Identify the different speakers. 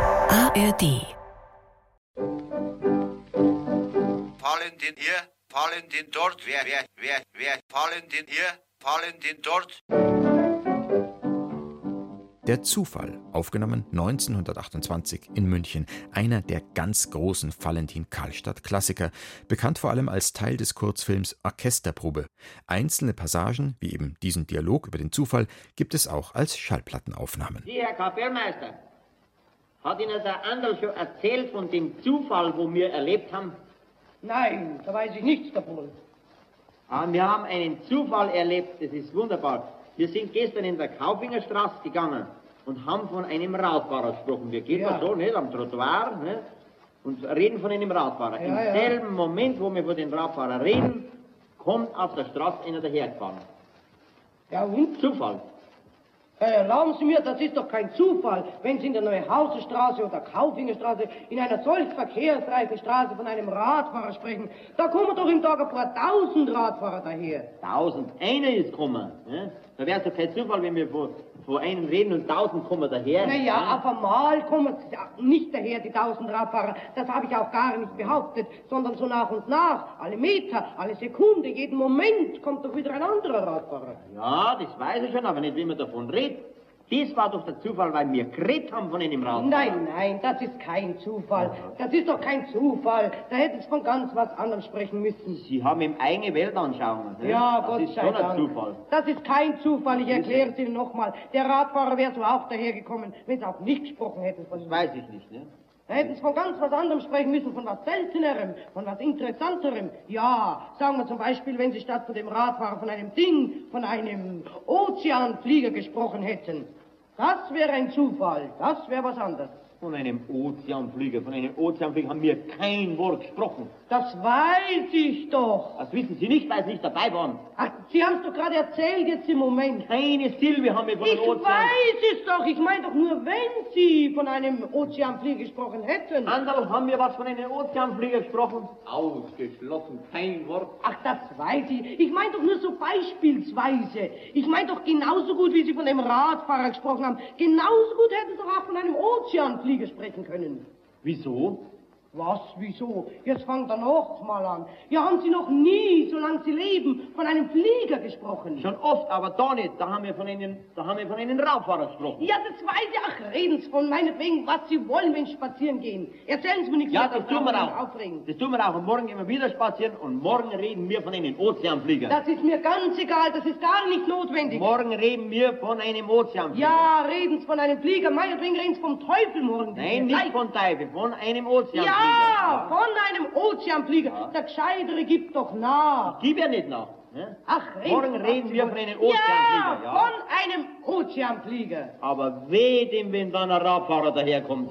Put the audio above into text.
Speaker 1: ARD.
Speaker 2: Palentin hier, Palentin dort, wer, wer, wer, wer, Palentin hier, Palentin dort.
Speaker 3: Der Zufall, aufgenommen 1928 in München, einer der ganz großen Valentin Karlstadt-Klassiker, bekannt vor allem als Teil des Kurzfilms Orchesterprobe. Einzelne Passagen, wie eben diesen Dialog über den Zufall, gibt es auch als Schallplattenaufnahmen.
Speaker 4: Sie, Herr Kapellmeister, hat Ihnen der Anderl schon erzählt von dem Zufall, wo wir erlebt haben?
Speaker 5: Nein, da weiß ich nichts davon.
Speaker 4: Ah, wir haben einen Zufall erlebt, das ist wunderbar. Wir sind gestern in der Kaufinger Straße gegangen und haben von einem Radfahrer gesprochen. Wir gehen
Speaker 5: Ja.
Speaker 4: da so nicht am Trottoir ne? und reden von einem Radfahrer.
Speaker 5: Ja,
Speaker 4: Im
Speaker 5: ja.
Speaker 4: selben Moment, wo wir von dem Radfahrer reden, kommt auf der Straße einer dahergefahren.
Speaker 5: Ja und?
Speaker 4: Zufall.
Speaker 5: Äh, erlauben Sie mir, das ist doch kein Zufall, wenn Sie in der Neuhausenstraße oder Kaufingerstraße in einer solch verkehrsreichen Straße von einem Radfahrer sprechen. Da kommen doch im Tag ein paar tausend Radfahrer daher.
Speaker 4: Tausend. Einer ist gekommen. Ne? Da wäre es doch kein Zufall, wenn wir von, von einem reden und tausend kommen daher.
Speaker 5: Naja,
Speaker 4: ne?
Speaker 5: auf einmal kommen sie ja nicht daher, die tausend Radfahrer. Das habe ich auch gar nicht behauptet, sondern so nach und nach, alle Meter, alle Sekunde, jeden Moment kommt doch wieder ein anderer Radfahrer.
Speaker 4: Ja, das weiß ich schon, aber nicht, wie man davon redet. Das war doch der Zufall, weil wir geredet haben von einem Raum.
Speaker 5: Nein, nein, das ist kein Zufall. Das ist doch kein Zufall. Da hätten Sie von ganz was anderem sprechen müssen.
Speaker 4: Sie haben ihm eigene Weltanschauung. ne?
Speaker 5: Ja,
Speaker 4: das
Speaker 5: Gott
Speaker 4: ist
Speaker 5: sei
Speaker 4: schon
Speaker 5: Dank.
Speaker 4: ein Zufall.
Speaker 5: Das ist kein Zufall, ich erkläre es Ihnen nochmal. Der Radfahrer wäre so auch dahergekommen, wenn Sie auch nicht gesprochen hätten von
Speaker 4: Das
Speaker 5: ihm.
Speaker 4: weiß ich nicht, ne?
Speaker 5: Da hätten Sie von ganz was anderem sprechen müssen, von was Seltenerem, von was Interessanterem. Ja, sagen wir zum Beispiel, wenn Sie statt von dem Radfahrer von einem Ding, von einem Ozeanflieger gesprochen hätten. Das wäre ein Zufall, das wäre was anderes.
Speaker 4: Von einem Ozeanflieger, von einem Ozeanflieger haben wir kein Wort gesprochen.
Speaker 5: Das weiß ich doch.
Speaker 4: Das wissen Sie nicht, weil Sie nicht dabei waren.
Speaker 5: Ach, Sie haben es doch gerade erzählt jetzt im Moment.
Speaker 4: Keine Silbe haben wir von
Speaker 5: Ich
Speaker 4: einem Ozean.
Speaker 5: weiß es doch. Ich meine doch nur, wenn Sie von einem Ozeanflieger gesprochen hätten.
Speaker 4: Anderl, haben wir was von einem Ozeanflieger gesprochen? Ausgeschlossen, kein Wort.
Speaker 5: Ach, das weiß ich. Ich meine doch nur so beispielsweise. Ich meine doch genauso gut, wie Sie von dem Radfahrer gesprochen haben. Genauso gut hätten Sie doch auch von einem Ozeanflieger sprechen können.
Speaker 4: Wieso?
Speaker 5: Was, wieso? Jetzt fangt er noch mal an. Ja, haben Sie noch nie, solange Sie leben, von einem Flieger gesprochen?
Speaker 4: Schon oft, aber da nicht. Da haben wir von einem, da haben wir von einem Raubfahrer gesprochen.
Speaker 5: Ja, das weiß ich. Ach, reden Sie von meinetwegen, was Sie wollen, wenn Sie spazieren gehen. Erzählen Sie mir nichts.
Speaker 4: Ja,
Speaker 5: mehr,
Speaker 4: das tun wir
Speaker 5: braucht
Speaker 4: auch.
Speaker 5: mich Aufregen.
Speaker 4: Das tun wir auch. Und morgen gehen wir wieder spazieren und morgen reden wir von einem Ozeanflieger.
Speaker 5: Das ist mir ganz egal. Das ist gar nicht notwendig.
Speaker 4: morgen reden wir von einem Ozeanflieger.
Speaker 5: ja, reden Sie von einem Flieger. Meinetwegen reden Sie vom Teufel morgen.
Speaker 4: Nein,
Speaker 5: Gleich.
Speaker 4: nicht von Teufel, von einem Ozeanflieger.
Speaker 5: Ja, von einem Ozeanflieger.
Speaker 4: Ja.
Speaker 5: Der Gescheitere gibt doch nach.
Speaker 4: Gib ja nicht nach. Ne?
Speaker 5: Ach, reden
Speaker 4: morgen
Speaker 5: Sie, was
Speaker 4: reden
Speaker 5: Sie
Speaker 4: wir
Speaker 5: wollen.
Speaker 4: von einem Ozeanflieger.
Speaker 5: Ja, von einem Ozeanflieger.
Speaker 4: Aber weh dem, wenn da ein Raubfahrer daherkommt.